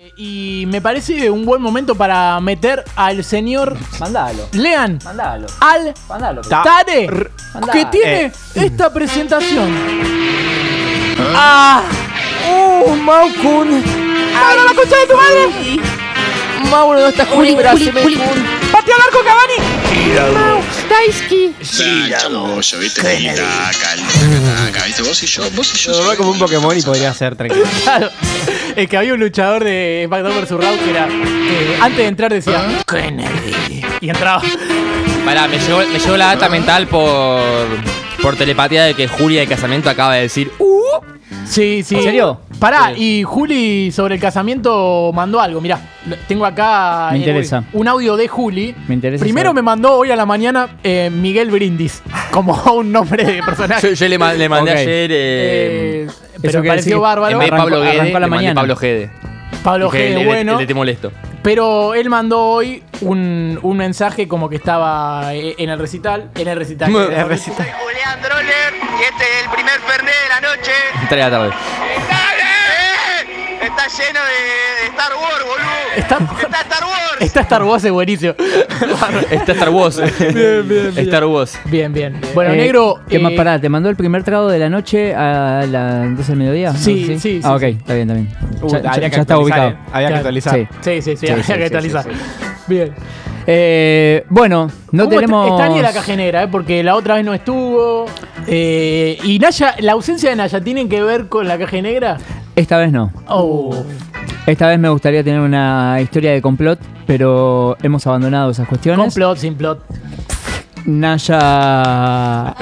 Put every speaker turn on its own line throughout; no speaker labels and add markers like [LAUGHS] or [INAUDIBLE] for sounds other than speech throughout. Eh, y me parece un buen momento para meter al señor
Mandalo.
Lean
Mandalo.
al
Mandalo.
Ta- Tare
Mandá.
que tiene
Eh.
esta presentación. Ah,
¡Uh, Maucun!
¡Ahora la concha de tu madre!
Mauro no está
Juli,
Culibra,
Juli,
se me
Juli.
fue.
¡Pateó al arco Cavani!
Daisky.
Nah, chamuyo, viste, taca, taca, viste, vos y yo, vos y yo.
Lo veo como un Pokémon y podría ser tranquilo.
Claro. Es que había un luchador de SmackDown vs. Raw que era. eh, antes de entrar decía. Kennedy. Y entraba.
Pará, me llegó, me llegó la data mental por, por telepatía de que Julia de casamiento acaba de decir. ¡Uh!
Sí, sí.
¿En serio?
Pará, y Juli sobre el casamiento mandó algo. Mirá, lo- tengo acá.
Me
eh,
interesa.
Un audio de Juli.
Me interesa
Primero
saber.
me mandó hoy a la mañana eh, Miguel Brindis. [LAUGHS] Como un nombre de personaje.
Yo, yo le, ma- le mandé
Ok.
ayer. eh,
Eh, pero me
quiere
pareció
decir-
en
bárbaro.
vez de
Arrancó-
Pablo Guede,
arrancó la
le mandé
mañana.
Pablo Gede.
Pablo
Dije,
G,
le- le-
bueno.
le te [LAUGHS] molesto.
Pero él mandó hoy un, un mensaje como que estaba eh, en el recital. En el recital. en [LAUGHS] el recital.
Julián Droller y este es el primer Fernet de la noche.
Tres de la tarde.
¡Eh! Está lleno de, de Star Wars, boludo.
Está-
Está Star Wars.
Está Star Wars es
[LAUGHS]
buenísimo.
[LAUGHS] Está Star Wars. Star Wars.
Bien, bien. Bueno,
Eh,
negro.
Te, ma-
eh,
pará, ¿te mandó el primer trago de la noche a las 12 del mediodía?
Sí,
¿No?
sí, sí,
Ah, ok,
sí.
está bien, está bien.
Uh,
Ya-
habría
ya
que
ya está
actualizar,
ubicado.
eh. Había que
Claro.
actualizar.
Sí.
Sí, sí, sí,
Sí,
había
sí,
que
sí,
actualizar.
sí,
Bien.
Eh, bueno,
¿Cómo
no
está-
tenemos.
Está ni la cajenera, ¿eh? porque la otra vez no estuvo. Eh, y Naya, la ausencia de Naya, ¿tienen que ver con la caja negra?
Esta vez no.
Oh.
Esta vez me gustaría tener una historia de complot, pero hemos abandonado esas cuestiones.
Con plot, sin
[LAUGHS]
plot.
Naya.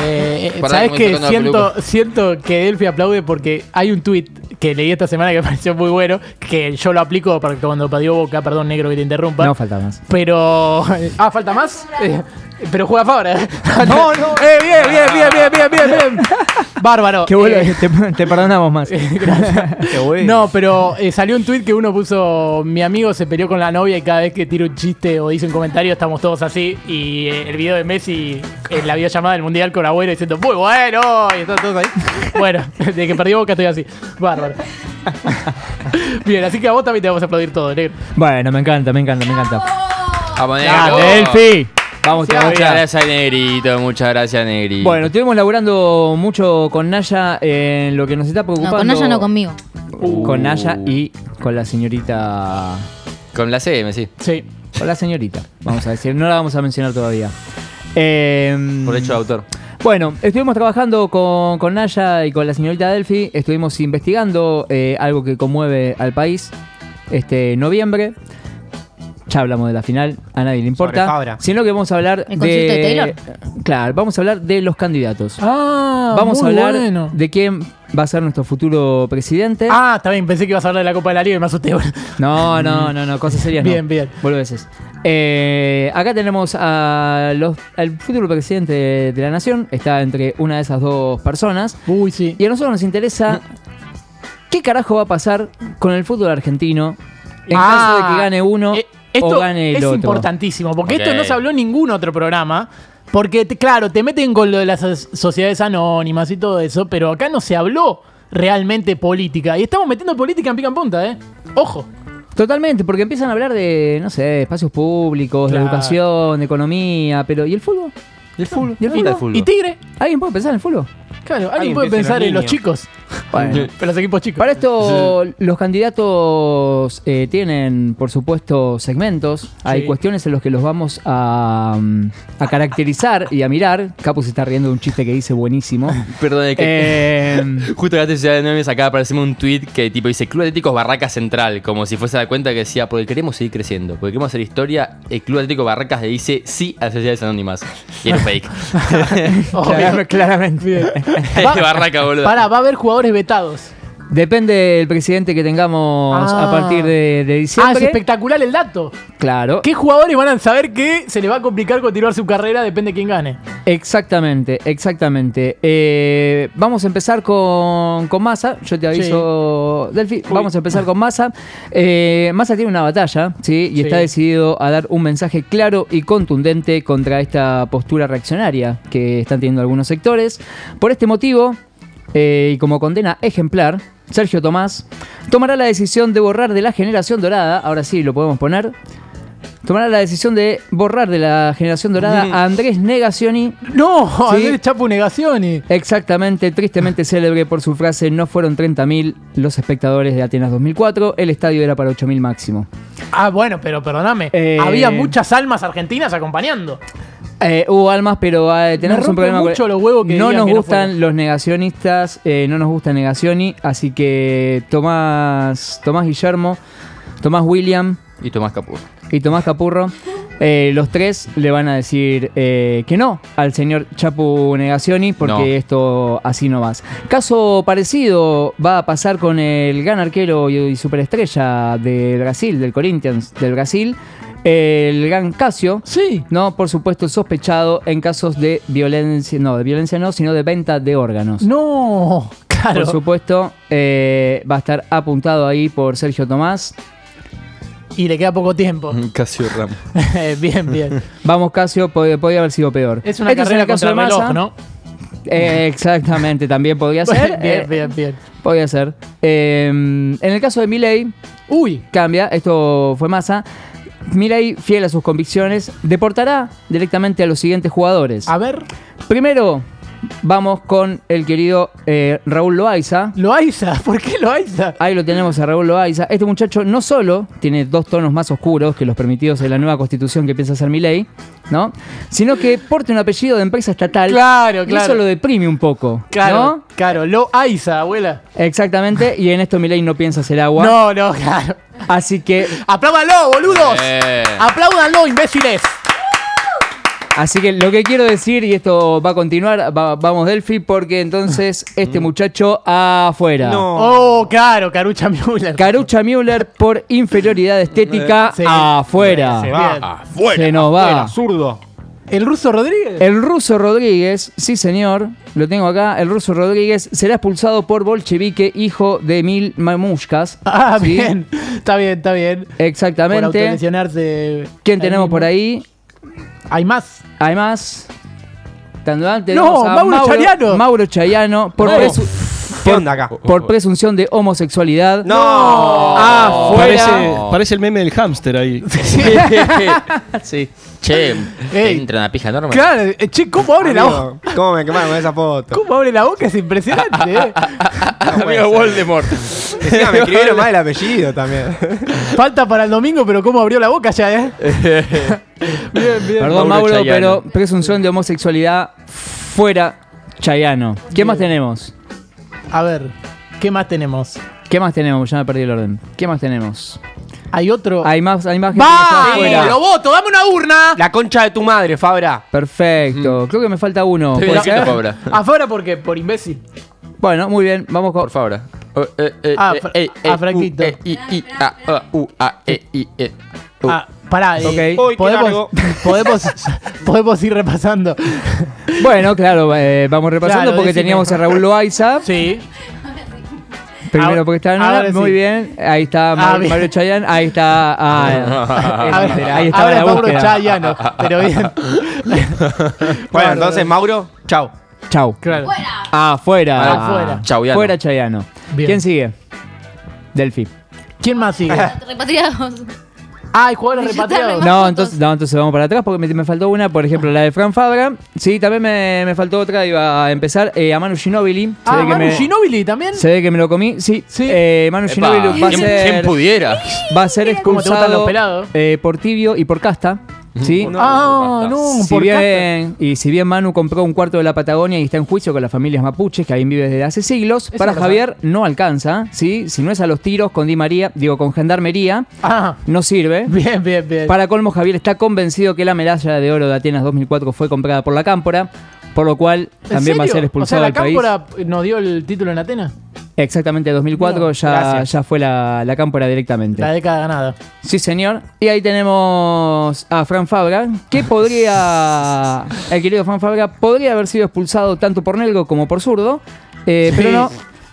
Eh, eh,
Pará,
¿Sabes
que me
qué?
sacan la
Siento,
peluca.
siento que Delphi aplaude porque hay un tweet que leí esta semana que [LAUGHS] me pareció muy bueno, que yo lo aplico para que cuando padió boca, perdón negro que te interrumpa.
No falta más.
Pero. [LAUGHS] Ah, falta
[LAUGHS]
más. Eh, pero juega eh. Fabra. no, no.
Eh,
bien, bien, bien, bien, bien, bien, bien. Bárbaro.
Qué bueno,
Eh,
te, te perdonamos
[LAUGHS]
más. [LAUGHS]
Qué bueno.
No, pero eh, salió un tweet que uno puso, mi amigo se peleó con la novia y cada vez que tira un chiste o dice un comentario estamos todos así. Y eh, el video de Messi en la videollamada del Mundial con Agüero diciendo, muy bueno, y están todos ahí.
[LAUGHS]
bueno, de que perdió Boca estoy así. Bárbaro. Bien, así que a vos también te vamos a aplaudir todo, negro. Ah,
Bueno, me encanta, me encanta, me encanta.
Vamos,
¡Dale,
negro.
Delphi! Vamos,
Muchas
todavía.
gracias, Negrito. Muchas gracias, Negrito.
Bueno, estuvimos laburando mucho con Naya en lo que nos está
No,
preocupando. Uh.
con Naya no conmigo.
Con Naya y con la señorita.
Con la CM, sí.
Sí.
Con la señorita, vamos a decir. No la vamos a mencionar todavía. Em,
Por hecho de autor.
Bueno, estuvimos trabajando con, con Naya y con la señorita Delphi, estuvimos investigando eh, algo que conmueve al país este noviembre. Ya hablamos de la final, a nadie le importa.
Sobre Fabra.
Sino que vamos a hablar
¿El concierto de Taylor?
Claro, vamos a hablar de los candidatos.
Ah,
vamos a hablar
bueno.
de quién va a ser nuestro futuro presidente.
Ah, está bien, pensé que ibas a hablar de la Copa de la Liga y me asusté. bueno.
No, no, no, no, cosas serias. no.
Bien, bien.
Boludeces. Eh, acá tenemos a los- al futuro presidente de, de la nación. Está entre una de esas dos personas.
Uy, sí.
Y a nosotros nos interesa qué carajo va a pasar con el fútbol argentino en caso de
Ah,
que gane uno
Eh,
o gane el
es
otro.
importantísimo, porque esto
Ok.
no se habló en ningún otro programa. Porque, te- claro, te meten con lo de las as- sociedades anónimas y todo eso, pero acá no se habló realmente política. Y estamos metiendo política en pica en punta, ¿eh? Ojo.
Totalmente, porque empiezan a hablar de, no sé, de espacios públicos,
Claro.
de educación, de economía, pero ¿y el fútbol?
¿Y el fútbol?
¿Y el fútbol?
¿Y Tigre?
¿Alguien puede pensar en el fútbol?
Claro, alguien
Alguien
puede
piensa
pensar en
en
los
los
chicos.
Bueno.
En los equipos chicos.
[LAUGHS] Para esto, los candidatos eh, tienen, por supuesto, segmentos. Hay
Sí.
cuestiones en las que los vamos a, mm, a caracterizar y a mirar. Capu se está riendo de un chiste que dice buenísimo.
Perdón, es que.
Eh,
[LAUGHS] Justo que antes de llegar de nueve acaba de aparecerme un tweet que tipo dice Club Atlético Barracas Central, como si fuese la cuenta que decía, porque queremos seguir creciendo, porque queremos hacer historia, el Club Atlético Barracas le dice sí a las sociedades anónimas. Y era fake.
Ojo.
claro, claramente.
Va-
de Barraca, boludo.
Pará, va a haber jugadores vetados.
Depende del presidente que tengamos
Ah.
a partir de, de
Ah, es
diciembre.
espectacular el dato.
claro.
¿Qué jugadores van a saber que se les va a complicar continuar su carrera? Depende de quién gane.
Exactamente, exactamente. Eh, vamos a empezar con, con Massa. Yo te aviso, Delphi. Vamos a empezar con Massa. Eh, Massa tiene una batalla, ¿sí? Y
Sí.
está decidido a dar un mensaje claro y contundente contra esta postura reaccionaria que están teniendo algunos sectores. Por este motivo, eh, y como condena ejemplar, Sergio Tomás, tomará la decisión de borrar de la generación dorada, ahora sí lo podemos poner, tomará la decisión de borrar de la generación dorada a Andrés Negacioni,
No, [LAUGHS]
Sí.
Andrés Chapu Negazioni.
Exactamente, tristemente célebre por su frase, no fueron 30.000 los espectadores de Atenas 2004, el estadio era para 8.000 máximo.
Ah, bueno, pero perdóname.
Eh.
Había muchas almas argentinas acompañando.
Eh, hubo almas, pero eh, tenemos un
rompe
problema con-
mucho los huevos que
No
digan
nos
que no
gustan
fueron.
los negacionistas, eh, no nos gusta Negacioni, así que Tomás, Tomás Guillermo, Tomás William
Y Tomás Capur.
y Tomás Capurro, eh, los tres le van a decir eh, que no al señor Chapu Negacioni porque
No.
esto así no va. Caso parecido va a pasar con el gran arquero y, y superestrella de Brasil, del Corinthians del Brasil, el gran Casio.
Sí.
No, por supuesto, sospechado en casos de violencia, no, de violencia no, sino de venta de órganos.
No, claro.
Por supuesto, eh, va a estar apuntado ahí por Sergio Tomás.
Y le queda poco tiempo. [LAUGHS]
Mm,
Eh,
Casio Ramos.
bien, bien.
Vamos, Casio, po- podría haber sido peor.
[LAUGHS] Es una
Este
carrera
el caso
contra el
de Massa.
reloj, [LAUGHS] ¿no?
Eh, exactamente,
[LAUGHS]
también podría ser. eh,
bien, bien, bien.
Podría ser. Eh, en el caso de Milei,
Uy,
cambia, esto fue masa. Milei, fiel a sus convicciones, deportará directamente a los siguientes jugadores.
a ver,
Primero, vamos con el querido eh, Raúl Loaiza.
Loaiza, [LAUGHS] ¿por qué Loaiza?
Ahí lo tenemos a Raúl Loaiza. Este muchacho no solo tiene dos tonos más oscuros que los permitidos en la nueva constitución que piensa hacer mi ley, ¿no? Sino que porta un apellido de empresa estatal.
Claro,
Y
claro.
eso lo deprime un poco.
Claro, claro, Loaiza, abuela.
¿no? Exactamente. Y en esto mi ley no piensa hacer agua.
No, no, [LAUGHS] claro.
Así que,
¡Apláudanlo, boludos!
Eh.
¡Apláudanlo, imbéciles!
así que lo que quiero decir, y esto va a continuar, va- vamos Delphi, porque entonces este muchacho afuera.
Oh, claro, Carucha Müller.
Carucha Müller por inferioridad estética
Eh, Sí.
afuera.
Sí,
va.
bien.
Se nos va.
zurdo.
Ah, El ruso Rodríguez.
El ruso Rodríguez, sí señor, lo tengo acá, el ruso Rodríguez será expulsado por bolchevique, hijo de Mil Mamushkas.
[LAUGHS] Ah,
¿sí?
bien. Está bien, está bien. Por
Exactamente.
autolesionarse.
¿Quién tenemos por
mismo.
ahí?
Hay más.
Además, tanto antes
No,
tenemos
Mauro Chayano.
Mauro Chayano, por,
No.
presu-
¿Qué onda acá?
por presunción de homosexualidad.
No.
Ah,
Afuera.
Parece, parece el meme del hámster ahí.
[LAUGHS] sí. Che,
Ey.
entra una pija enorme.
Claro, eh, che, ¿cómo abre la boca?
Amigo, ¿Cómo me quemaron con esa foto?
¿Cómo abre la boca? Es impresionante, eh.
puede
Amigo
ser.
Ah, Voldemort.
Encima me [LAUGHS] escribieron mal el apellido también.
Falta para el domingo, pero ¿cómo abrió la boca ya, eh? bien, bien.
Perdón
Mauro
Mauro,
Chayano.
pero presunción de homosexualidad fuera Chayano. ¿Qué más tenemos?
A ver, ¿qué más tenemos?
¿Qué más tenemos? Ya me perdí el orden. ¿Qué más tenemos?
Hay otro.
Hay más, hay más gente que está
¡Va!
afuera.
¡Lo voto! ¡Dame una urna!
La concha de tu madre, Fabra.
Perfecto. Creo que me falta uno.
Estoy
¿Puede
diciendo,
ser?
Fabra.
¿Afuera por qué? ¿Por imbécil?
Bueno, muy bien. Vamos con.
Por favor. Oh, eh, eh,
Ah,
eh,
Fra-
eh,
ah,
eh,
Franquito.
u, eh, i, i, a, a, u, a, e, i, e, u.
Ah, pará. eh,
Ok.
Uy, qué
podemos,
largo.
[LAUGHS] podemos, podemos ir repasando.
Bueno, claro, eh, vamos repasando
Claro,
porque
decime.
teníamos a Raúl Loaiza.
Sí.
Primero
Ahora-
porque está en
ahora
muy
sí.
bien. Ahí está
Ah,
Mario,
bien.
Mario Chayanne, ahí está.
[LAUGHS]
ah,
A ver,
ahí estaba
ahora
la
Mauro
búsqueda.
Chayano, pero bien.
Bueno, entonces, Mauro, chao.
Chau.
Claro.
Afuera.
Ah, fuera.
Chayano.
Fuera Chayano.
Bien.
¿Quién sigue? Delphi.
¿Quién más sigue?
Repatriados.
Ah, el jugador
Ya está,
repatriado.
Más
No
fotos.
entonces, no, entonces vamos para atrás porque me, me faltó una, por ejemplo, la de Fran Fabra. Sí, también me, me faltó otra, iba a empezar. eh, a Manu Ginobili. Se
Ah,
ve que
Manu
me-
Ginóbili también.
Se ve que me lo comí, sí.
Sí.
Eh, Manu
Epa,
Ginóbili va a
¿quién-
ser,
¿Quién pudiera?
va a ser
¿Cómo te gustan los
expulsado
pelados?
eh, por tibio y por casta. ¿sí?
Ah, no,
Si
por carta.
bien, y si bien Manu compró un cuarto de la Patagonia y está en juicio con las familias mapuches, que ahí vive desde hace siglos, para
no lo
Javier no alcanza, ¿sí? Si no es a los tiros con Di María, digo, con Gendarmería,
Ah, [LAUGHS]
no sirve.
bien, bien, bien.
Para colmo, Javier está convencido que la medalla de oro de Atenas 2004 fue comprada por la Cámpora, por lo cual
¿En
también va a
serio?
ser expulsado
O sea, la
del país.
Cámpora nos dio el título en Atenas.
Exactamente, 2004
Bien,
ya,
gracias.
ya fue la, la Cámpora directamente.
La década ganada.
Sí, señor. Y ahí tenemos a Fran Fabra,
[LAUGHS]
que podría, el querido Fran Fabra, podría haber sido expulsado tanto por Nelgo como por Zurdo, eh, pero no.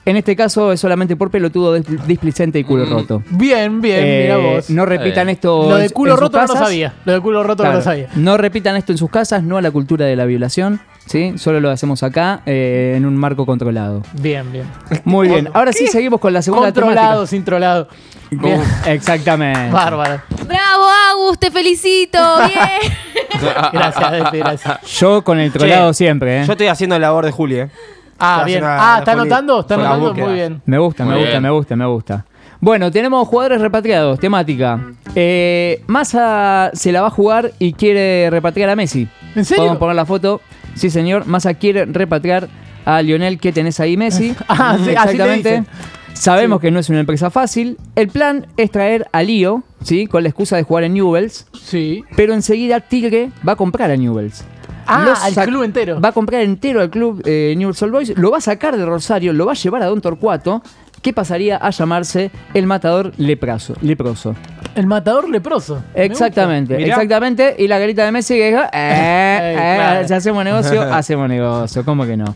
En este caso es solamente por pelotudo, dis- displicente y culo roto.
Bien, Mm. bien,
Eh,
mira vos.
No repitan
bien.
esto.
Lo
en
de
su-
culo
en sus
roto no lo
casas.
sabía. Lo de culo roto no
Claro.
lo sabía.
No repitan esto en sus casas, no a la cultura de la violación. ¿sí? Solo lo hacemos acá, eh, en un marco controlado.
Bien, bien.
Muy bien, ahora sí seguimos con la segunda
Controlado, sin trolado.
temática. Bien, [LAUGHS] Exactamente.
[LAUGHS]
Bárbaro.
Bravo, Agus, te [LAUGHS] felicito. Bien.
Gracias, Delphi, gracias.
Yo con el trolado
Che,
siempre, ¿eh?
Yo estoy haciendo la labor de Juli, ¿eh?
Ah,
Estoy
bien.
haciendo
Ah,
la-
¿está
la Juli
anotando? ¿Está
con las
anotando?
búsquedas.
Muy bien.
Me gusta, me
Muy
gusta,
bien.
me gusta, me gusta. Bueno, tenemos jugadores repatriados, temática. Eh, Massa se la va a jugar y quiere repatriar a Messi.
¿En serio?
Podemos poner la foto. Sí, señor. Massa quiere repatriar a Lionel que tenés ahí, Messi.
[LAUGHS] Ah, sí, así te dicen.
Sabemos que no es una empresa fácil. El plan es traer a Lío, ¿sí? Con la excusa de jugar en Newells.
Sí.
Pero enseguida Tigre va a comprar a Newells.
Ah,
Lo
al
sac-
club entero.
Va a comprar entero al club eh, Newell's Old Boys, lo va a sacar de Rosario, lo va a llevar a Don Torcuato, que pasaría a llamarse el matador leprazo, leproso.
El matador leproso. Me
Exactamente,
Mirá.
exactamente. Y la garita de Messi que dijo,
[LAUGHS]
eh, eh,
claro.
si hacemos
[LAUGHS]
negocio, hacemos negocio, ¿cómo que no?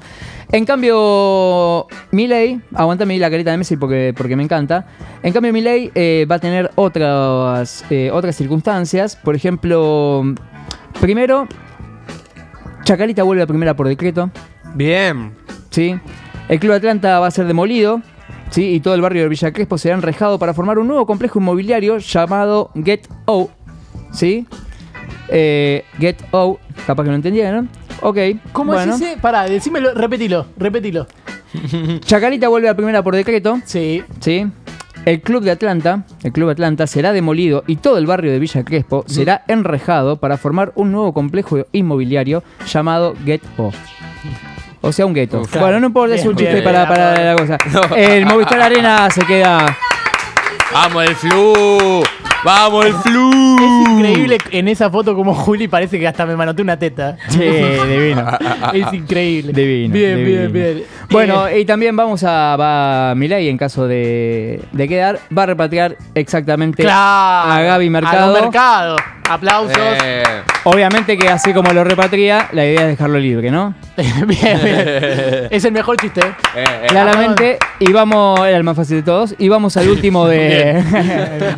En cambio, Milei, aguantame ahí la garita de Messi porque, porque me encanta. En cambio, Milei eh, va a tener otras, eh, otras circunstancias. Por ejemplo, primero, Chacarita vuelve a primera por decreto.
Bien.
¿sí? El Club Atlanta va a ser demolido, ¿sí? Y todo el barrio de Villa Crespo será enrejado para formar un nuevo complejo inmobiliario llamado Get O, ¿sí? Eh, Get O, capaz que no entendieron. Ok,
gusta. ¿Cómo
bueno.
es ese? Pará, decímelo, repetilo, repetilo.
Chacarita vuelve a primera por decreto,
Sí.
¿sí? El club de Atlanta, el club Atlanta será demolido y todo el barrio de Villa Crespo será enrejado para formar un nuevo complejo inmobiliario llamado Get O. O sea, un gueto.
Uf.
Bueno, no importa, es
Bien,
un chiste
bien,
para,
bien.
para la cosa. El Movistar Arena se queda.
¡Vamos el flu! ¡Vamos el
Es
flu!
increíble en esa foto como Juli parece que hasta me manoté una teta. [LAUGHS]
Che, divino.
es increíble.
Divino.
Bien,
divino.
bien, bien.
Bueno,
Eh,
y también vamos a. Va Milei, en caso de, de quedar, va a repatriar exactamente
claro.
este, a Gaby Mercado.
A Don Mercado. Aplausos.
Eh,
Obviamente que así como lo repatria, la idea es dejarlo libre, ¿no?
[LAUGHS] bien, bien.
[LAUGHS]
Es el mejor chiste. ¿eh?
eh, eh.
Claramente, y vamos, era el más fácil de todos, y vamos al último de...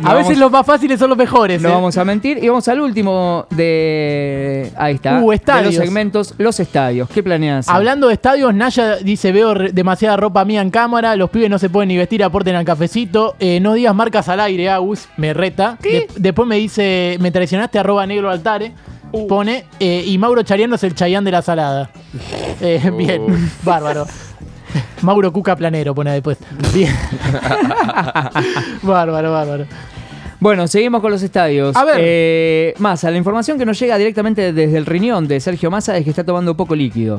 [LAUGHS]
[LAUGHS]
No
A
vamos-
veces los más fáciles son los mejores.
No
¿eh?
vamos a mentir, y vamos al último de... Ahí está.
Uh,
de
estadios.
los segmentos, los estadios. ¿Qué planeas? hacer?
Hablando de estadios, Naya dice: Veo re- demasiada ropa mía en cámara, los pibes no se pueden ni vestir, aporten al cafecito. Eh, no digas marcas al aire, Agus, me reta. De- después me dice: Me traicionaste, arroba negro altare.
Uh.
Pone, eh, y Mauro Chariano es el Chayán de la
[LAUGHS]
salada. Eh, Bien, [LAUGHS] bárbaro. Mauro Cuca Planero pone después.
[LAUGHS]
Bien. bárbaro, bárbaro.
Bueno, seguimos con los estadios.
A ver.
Eh, Massa, la información que nos llega directamente desde el riñón de Sergio Massa es que está tomando
[LAUGHS]
poco líquido.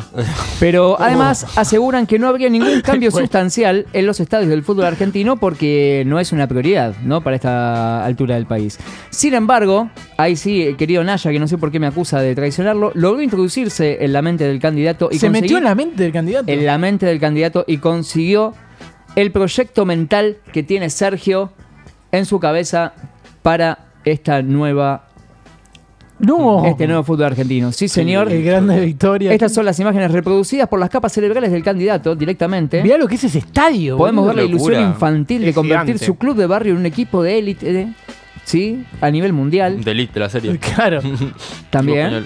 Pero además aseguran que no habría ningún cambio sustancial en los estadios del fútbol argentino porque no es una prioridad, ¿no? Para esta altura del país. Sin embargo, ahí sí, el querido Naya, que no sé por qué me acusa de traicionarlo, logró introducirse en la mente del candidato y
Se metió
conseguir-
en la mente del candidato.
en la mente del candidato y consiguió el proyecto mental que tiene Sergio en su cabeza para esta nueva,
No.
este nuevo fútbol argentino. Sí, señor.
Oh. El grande victoria.
Estas son las imágenes reproducidas por las capas cerebrales del candidato directamente.
Mirá lo que es ese estadio.
Podemos
boludo.
ver la
Locura.
ilusión infantil de
Es
convertir
gigante.
su club de barrio en un equipo de élite, eh, ¿sí? A nivel mundial
Delete de la serie.
[LAUGHS]
[LAUGHS]
Claro.
también.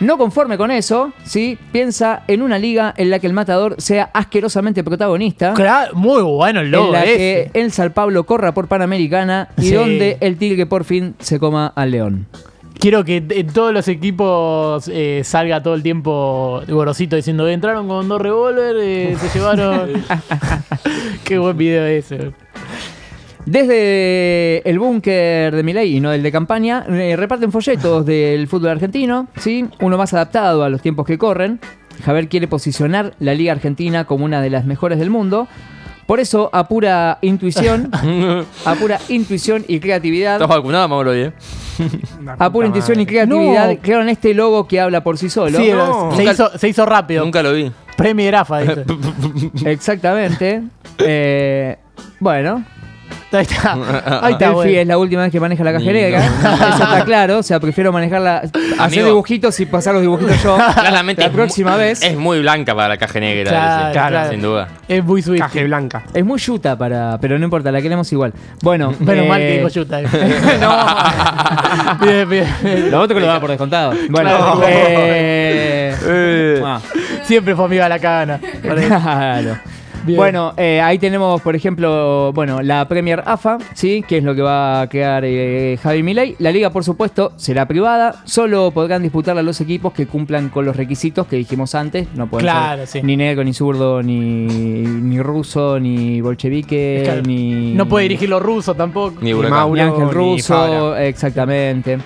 No conforme con eso, ¿sí? Piensa en una liga en la que el matador sea asquerosamente protagonista.
Claro, muy bueno el
Ah. en
logo
la
ese.
que el San Pablo corra por Panamericana y
Sí.
donde el Tigre por fin se coma al León.
Quiero que en todos los equipos eh, salga todo el tiempo Gorosito diciendo entraron con dos revólver, eh, se llevaron. [LAUGHS] Qué buen video ese.
Desde el búnker de Milei y no el de campaña, eh, reparten folletos del fútbol argentino, ¿sí? uno más adaptado a los tiempos que corren. Javier quiere posicionar la Liga Argentina como una de las mejores del mundo. Por eso, a pura intuición, a pura intuición y creatividad,
¿Estás vacunado, Mauro? hoy, eh?
a Ah, pura intuición y creatividad,
No.
crearon este logo que habla por sí solo.
Sí,
No.
se,
Nunca-
hizo, se hizo rápido.
Nunca lo vi.
[LAUGHS] Premi Grafa, dice.
[LAUGHS]
Exactamente. Eh, bueno,
Ahí
[LAUGHS]
Ah.
está. Ahí está,
Delphi
bueno.
es la última vez que maneja la cajerega.
[LAUGHS] No.
Eso está claro. O sea, prefiero manejarla, hacer
Amigo.
dibujitos y pasar los dibujitos yo.
Claramente
la
es
próxima
mu-
vez.
Es muy blanca para la caja negra.
Claro,
ese.
claro.
Sin duda.
Es muy sweet.
Caje blanca.
Es muy yuta para. Pero no importa, la queremos igual. Bueno.
Menos
eh,
mal que dijo Yuta. [LAUGHS] no. bien, bien.
Lo otro que lo daba por descontado. Bueno,
Claro.
eh, siempre.
[LAUGHS]
Ah.
Siempre fue amiga de la cana. [LAUGHS]
Claro.
Bien.
Bueno, eh, ahí tenemos, por ejemplo, bueno, la Premier AFA, ¿sí? Que es lo que va a crear eh, Javi Milei. La liga, por supuesto, será privada. Solo podrán disputarla los equipos que cumplan con los requisitos que dijimos antes. No pueden
Claro,
ser
sí.
ni negro, ni zurdo, ni, ni ruso, ni bolchevique,
Es que
ni...
No puede dirigir los rusos tampoco.
Ni
ni
huracán.
Mauro,
Ángel
ni
Russo,
Fabra.
exactamente.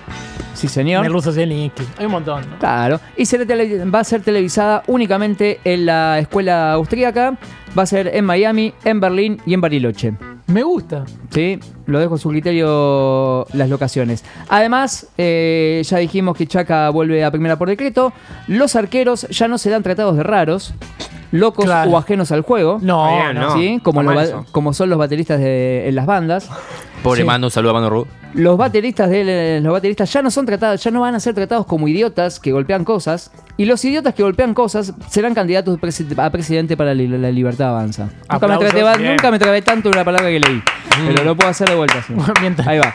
Sí,
En
señor.
el ruso Zelensky. Hay un montón. ¿no?
Claro. Y será tele- va a ser televisada únicamente en la escuela austríaca. Va a ser en Miami, en Berlín y en Bariloche.
Me gusta.
¿Sí? Lo dejo a su criterio las locaciones. Además, eh, ya dijimos que Chaca vuelve a primera por decreto. Los arqueros ya no serán tratados de raros, locos
Claro.
o ajenos al juego.
No,
Está bien,
no.
¿no?
[LAUGHS]
¿sí? Como,
está
lo
mal
ba-
eso.
como son los bateristas de, en las bandas.
Pobre
Sí.
Manu, un saludo a Manu Ru.
Los bateristas de eh, los bateristas ya no son tratados, ya no van a ser tratados como idiotas que golpean cosas. Y los idiotas que golpean cosas serán candidatos presi- a presidente para li- la libertad avanza. Nunca me,
Aplausos,
trabé,
bien. Mm.
nunca me trabé tanto en una palabra que leí. Pero lo puedo hacer de vuelta. sí.
[LAUGHS] Mientras-
Ahí va.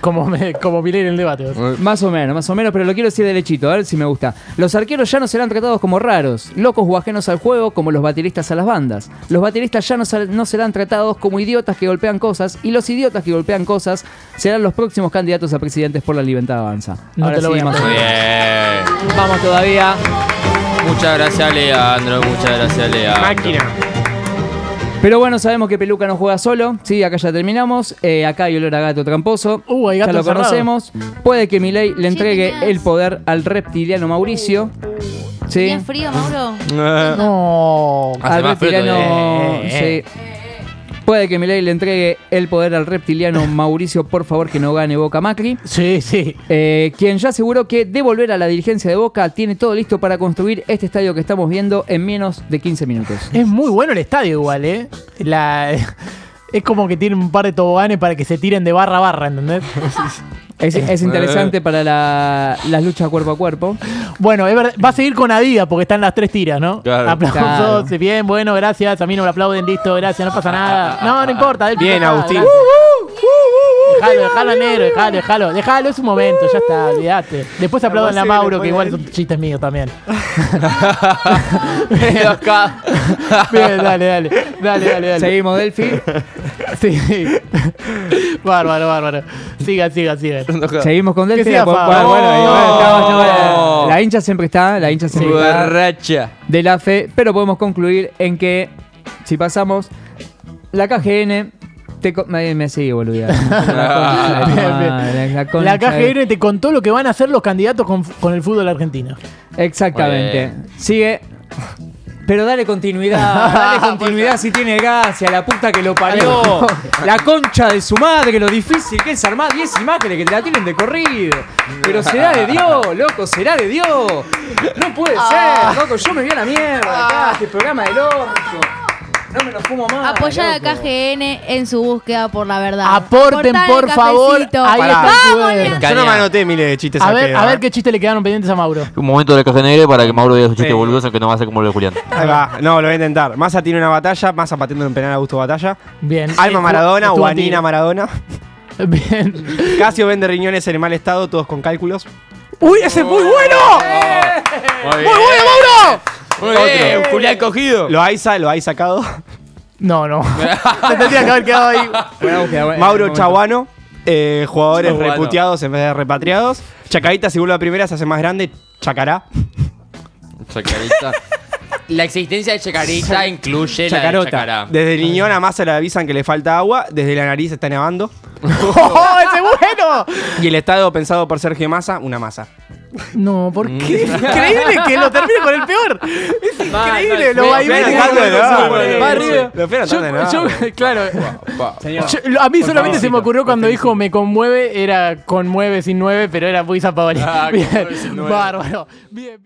Como, me, como Milei en el debate. o sea.
Más o menos, más o menos, pero lo quiero decir derechito, a ver si me gusta. Los arqueros ya no serán tratados como raros, locos o ajenos al juego, como los bateristas a las bandas. Los bateristas ya no, ser- no serán tratados como idiotas que golpean cosas, y los idiotas que golpean cosas serán los próximos candidatos a presidentes por la libertad avanza.
No
Ahora
te lo
sí,
voy a
más o menos.
Bien.
Vamos todavía.
Muchas gracias, Leandro. Muchas gracias, Leandro.
Máquina.
Pero bueno, sabemos que Peluca no juega solo. Sí, acá ya terminamos. Eh, acá hay olor a gato tramposo.
Uh, hay gato
ya lo
encerrado.
conocemos. Puede que Milei le entregue
Genial.
el poder al reptiliano Mauricio. Sí.
Bien frío, Mauro.
Eh.
No.
Hace
al
más frío
reptiliano.
todavía. Eh,
sí. Puede que Milei le entregue el poder al reptiliano Mauricio, por favor, que no gane Boca Macri.
Sí, sí.
eh, quien ya aseguró que de volver a la dirigencia de Boca tiene todo listo para construir este estadio que estamos viendo en menos de 15 minutos.
Es muy bueno el estadio igual, ¿eh? La, [LAUGHS] es como que tiene un par de toboganes para que se tiren de barra a barra,
[LAUGHS]
¿entendés?
Es, es interesante para la- las luchas cuerpo a cuerpo.
Bueno, es verdad, va a seguir con Adidas porque están las tres tiras, ¿no?
Claro.
Aplausos,
Claro.
bien, bueno, gracias. A mí no me aplauden, listo, gracias, no pasa nada. No, no importa. Delphi,
Bien,
no pasa
Agustín.
nada, gracias. Dejalo, dejalo a negro, dejalo, dejalo. Dejalo, es un momento, ya está, olvídate. Después aplaudan a
pasé,
Mauro, que
después
igual
de él.
son chistes míos también. [LAUGHS]
Medio acá.
Bien, dale, dale. Dale, dale, dale.
Seguimos, Delphi.
Sí. bárbaro, bárbaro. Siga, siga, siga.
Seguimos con Delphi.
siga
Bueno,
Fabra.
bueno, bueno,
No.
bueno, la hincha siempre está, la hincha siempre está.
Borracha.
de la fe, pero podemos concluir en que si pasamos la KGN te co- me, me sigue boludeando. La concha de tu madre, la concha
Ah, La
de-
KGN te contó lo que van a hacer los candidatos con, con el fútbol argentino.
Exactamente.
Bueno.
Sigue. Pero dale continuidad, dale continuidad si tiene gracia, la puta que lo parió, la concha de su madre, lo difícil que es armar 10 imágenes que te la tienen de corrido. Pero será de Dios, loco, será de Dios. No puede ser, loco, yo me vi a la mierda acá, este programa del orto. No me lo fumo más.
Apoyar a
loco.
KGN en su búsqueda por la verdad.
Aporten,
Cortale
por
el
favor.
cafecito.
Ahí
Pará.
está el
Vamos,
QR.
Leandro.
Yo no me
Caña.
anoté miles de chistes
A
al
ver,
pedo,
a
¿eh?
ver qué chiste le quedaron pendientes a Mauro.
Un momento de la caja negra para que Mauro diga su chiste
Sí.
boludoso que no va a ser como lo de Julián.
Ahí va. No, lo voy a intentar. Massa tiene una batalla. Massa pateando en penal a Augusto Batalla.
Bien.
Alma
Estu-
Maradona
estuvo
o Anina
antiguo.
Maradona.
Bien.
Casio vende riñones en mal estado, todos con cálculos.
¡Uy, ese es muy bueno!
[LAUGHS] Muy bien.
¡Muy bueno, Mauro!
Muy bien. Julián cogido.
Lo Aiza, lo hay sacado.
No,
[LAUGHS]
no. Se tendría que haber quedado ahí.
Mauro Chaguano. eh, jugadores
Chaguano.
reputeados en vez de repatriados. Chacarita, si vuelve a primera, se hace más grande. Chacará.
Chacarita. La existencia de [LAUGHS] Chacarita incluye
Chacarota.
la de Chacará.
Desde Riñón a Massa le avisan que le falta agua. Desde la nariz está nevando.
¡Oh, ese es bueno!
Y el estado pensado por Sergio Massa, una masa.
No, ¿por
Mm.
qué? Es increíble que lo termine con el peor. Es increíble, lo va a ir
Fue anotando de nada, boludo. Lo fui anotando de nada,
[LAUGHS] Claro. Yo- lo- a mí solamente se me ocurrió cuando dijo me conmueve, era conmueve sin nueve, pero era muy zapadori.
Ah,
Bien,
conmueve sin nueve.
bárbaro. Bien.